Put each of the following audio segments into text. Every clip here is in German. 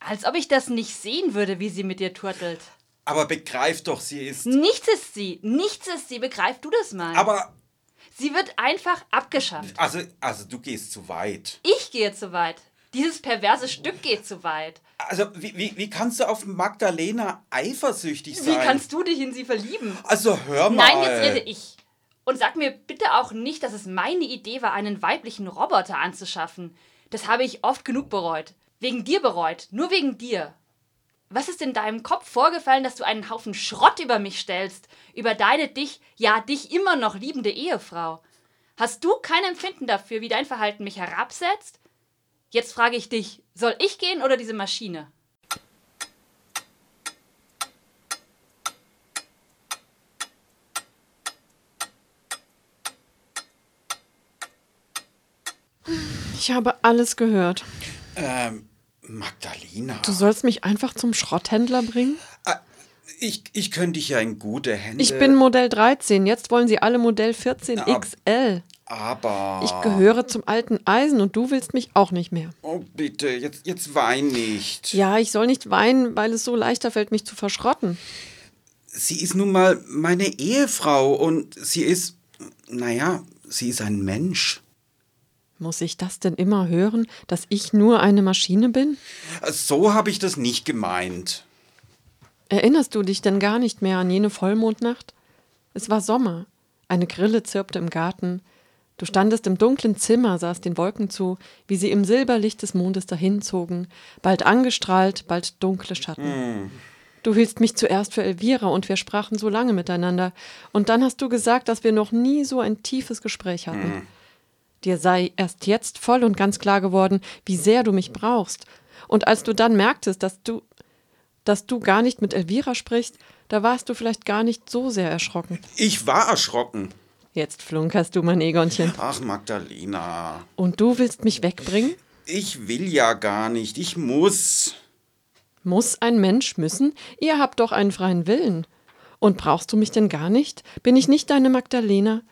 Als ob ich das nicht sehen würde, wie sie mit dir turtelt. Aber begreif doch, sie ist. Nichts ist sie. Nichts ist sie. Begreif du das mal. Aber sie wird einfach abgeschafft. also, also du gehst zu weit. Ich gehe zu weit. Dieses perverse Stück geht zu weit. Also wie, wie, wie kannst du auf Magdalena eifersüchtig sein? Wie kannst du dich in sie verlieben? also hör mal. Nein, jetzt rede ich. Und sag mir bitte auch nicht, dass es meine Idee war, einen weiblichen Roboter anzuschaffen. Das habe ich oft genug bereut. Wegen dir bereut. Nur wegen dir. Was ist in deinem Kopf vorgefallen, dass du einen Haufen Schrott über mich stellst? Über deine dich, ja, dich immer noch liebende Ehefrau? Hast du kein Empfinden dafür, wie dein Verhalten mich herabsetzt? Jetzt frage ich dich, soll ich gehen oder diese Maschine? Ich habe alles gehört. Ähm, Magdalena. Du sollst mich einfach zum Schrotthändler bringen? Ah, Ich, ich könnte dich ja in gute Hände. Ich bin Modell 13, jetzt wollen sie alle Modell 14 Ja, ab- XL. Aber. Ah. Ich gehöre zum alten Eisen und du willst mich auch nicht mehr. Oh, bitte, jetzt, jetzt wein nicht. Ja, ich soll nicht weinen, weil es so leichter fällt, mich zu verschrotten. Sie ist nun mal meine Ehefrau und sie ist. Naja, sie ist ein Mensch. Muss ich das denn immer hören, dass ich nur eine Maschine bin? So habe ich das nicht gemeint. Erinnerst du dich denn gar nicht mehr an jene Vollmondnacht? Es war Sommer. Eine Grille zirpte im Garten. Du standest im dunklen Zimmer, sahst den Wolken zu, wie sie im Silberlicht des Mondes dahinzogen, bald angestrahlt, bald dunkle Schatten. Du hieltst mich zuerst für Elvira und wir sprachen so lange miteinander. Und dann hast du gesagt, dass wir noch nie so ein tiefes Gespräch hatten. Dir sei erst jetzt voll und ganz klar geworden, wie sehr du mich brauchst. Und als du dann merktest, dass du, dass du gar nicht mit Elvira sprichst, da warst du vielleicht gar nicht so sehr erschrocken. Ich war erschrocken. Jetzt flunkerst du, mein Egonchen. Ach, Magdalena. Und du willst mich wegbringen? Ich will ja gar nicht. Ich muss. Muss ein Mensch müssen? Ihr habt doch einen freien Willen. Und brauchst du mich denn gar nicht? Bin ich nicht deine Magdalena?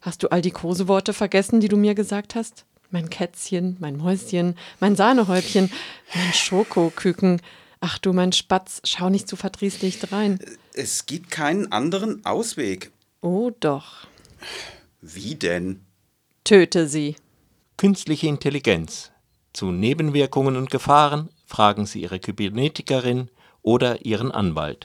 Hast du all die Koseworte vergessen, die du mir gesagt hast? Mein Kätzchen, mein Mäuschen, mein Sahnehäubchen, mein Schokoküken. Ach du, mein Spatz, schau nicht zu verdrießlicht rein. Es gibt keinen anderen Ausweg. Oh doch, Wie denn? töte sie. Künstliche Intelligenz. Zu Nebenwirkungen und Gefahren fragen Sie Ihre Kybernetikerin oder Ihren Anwalt.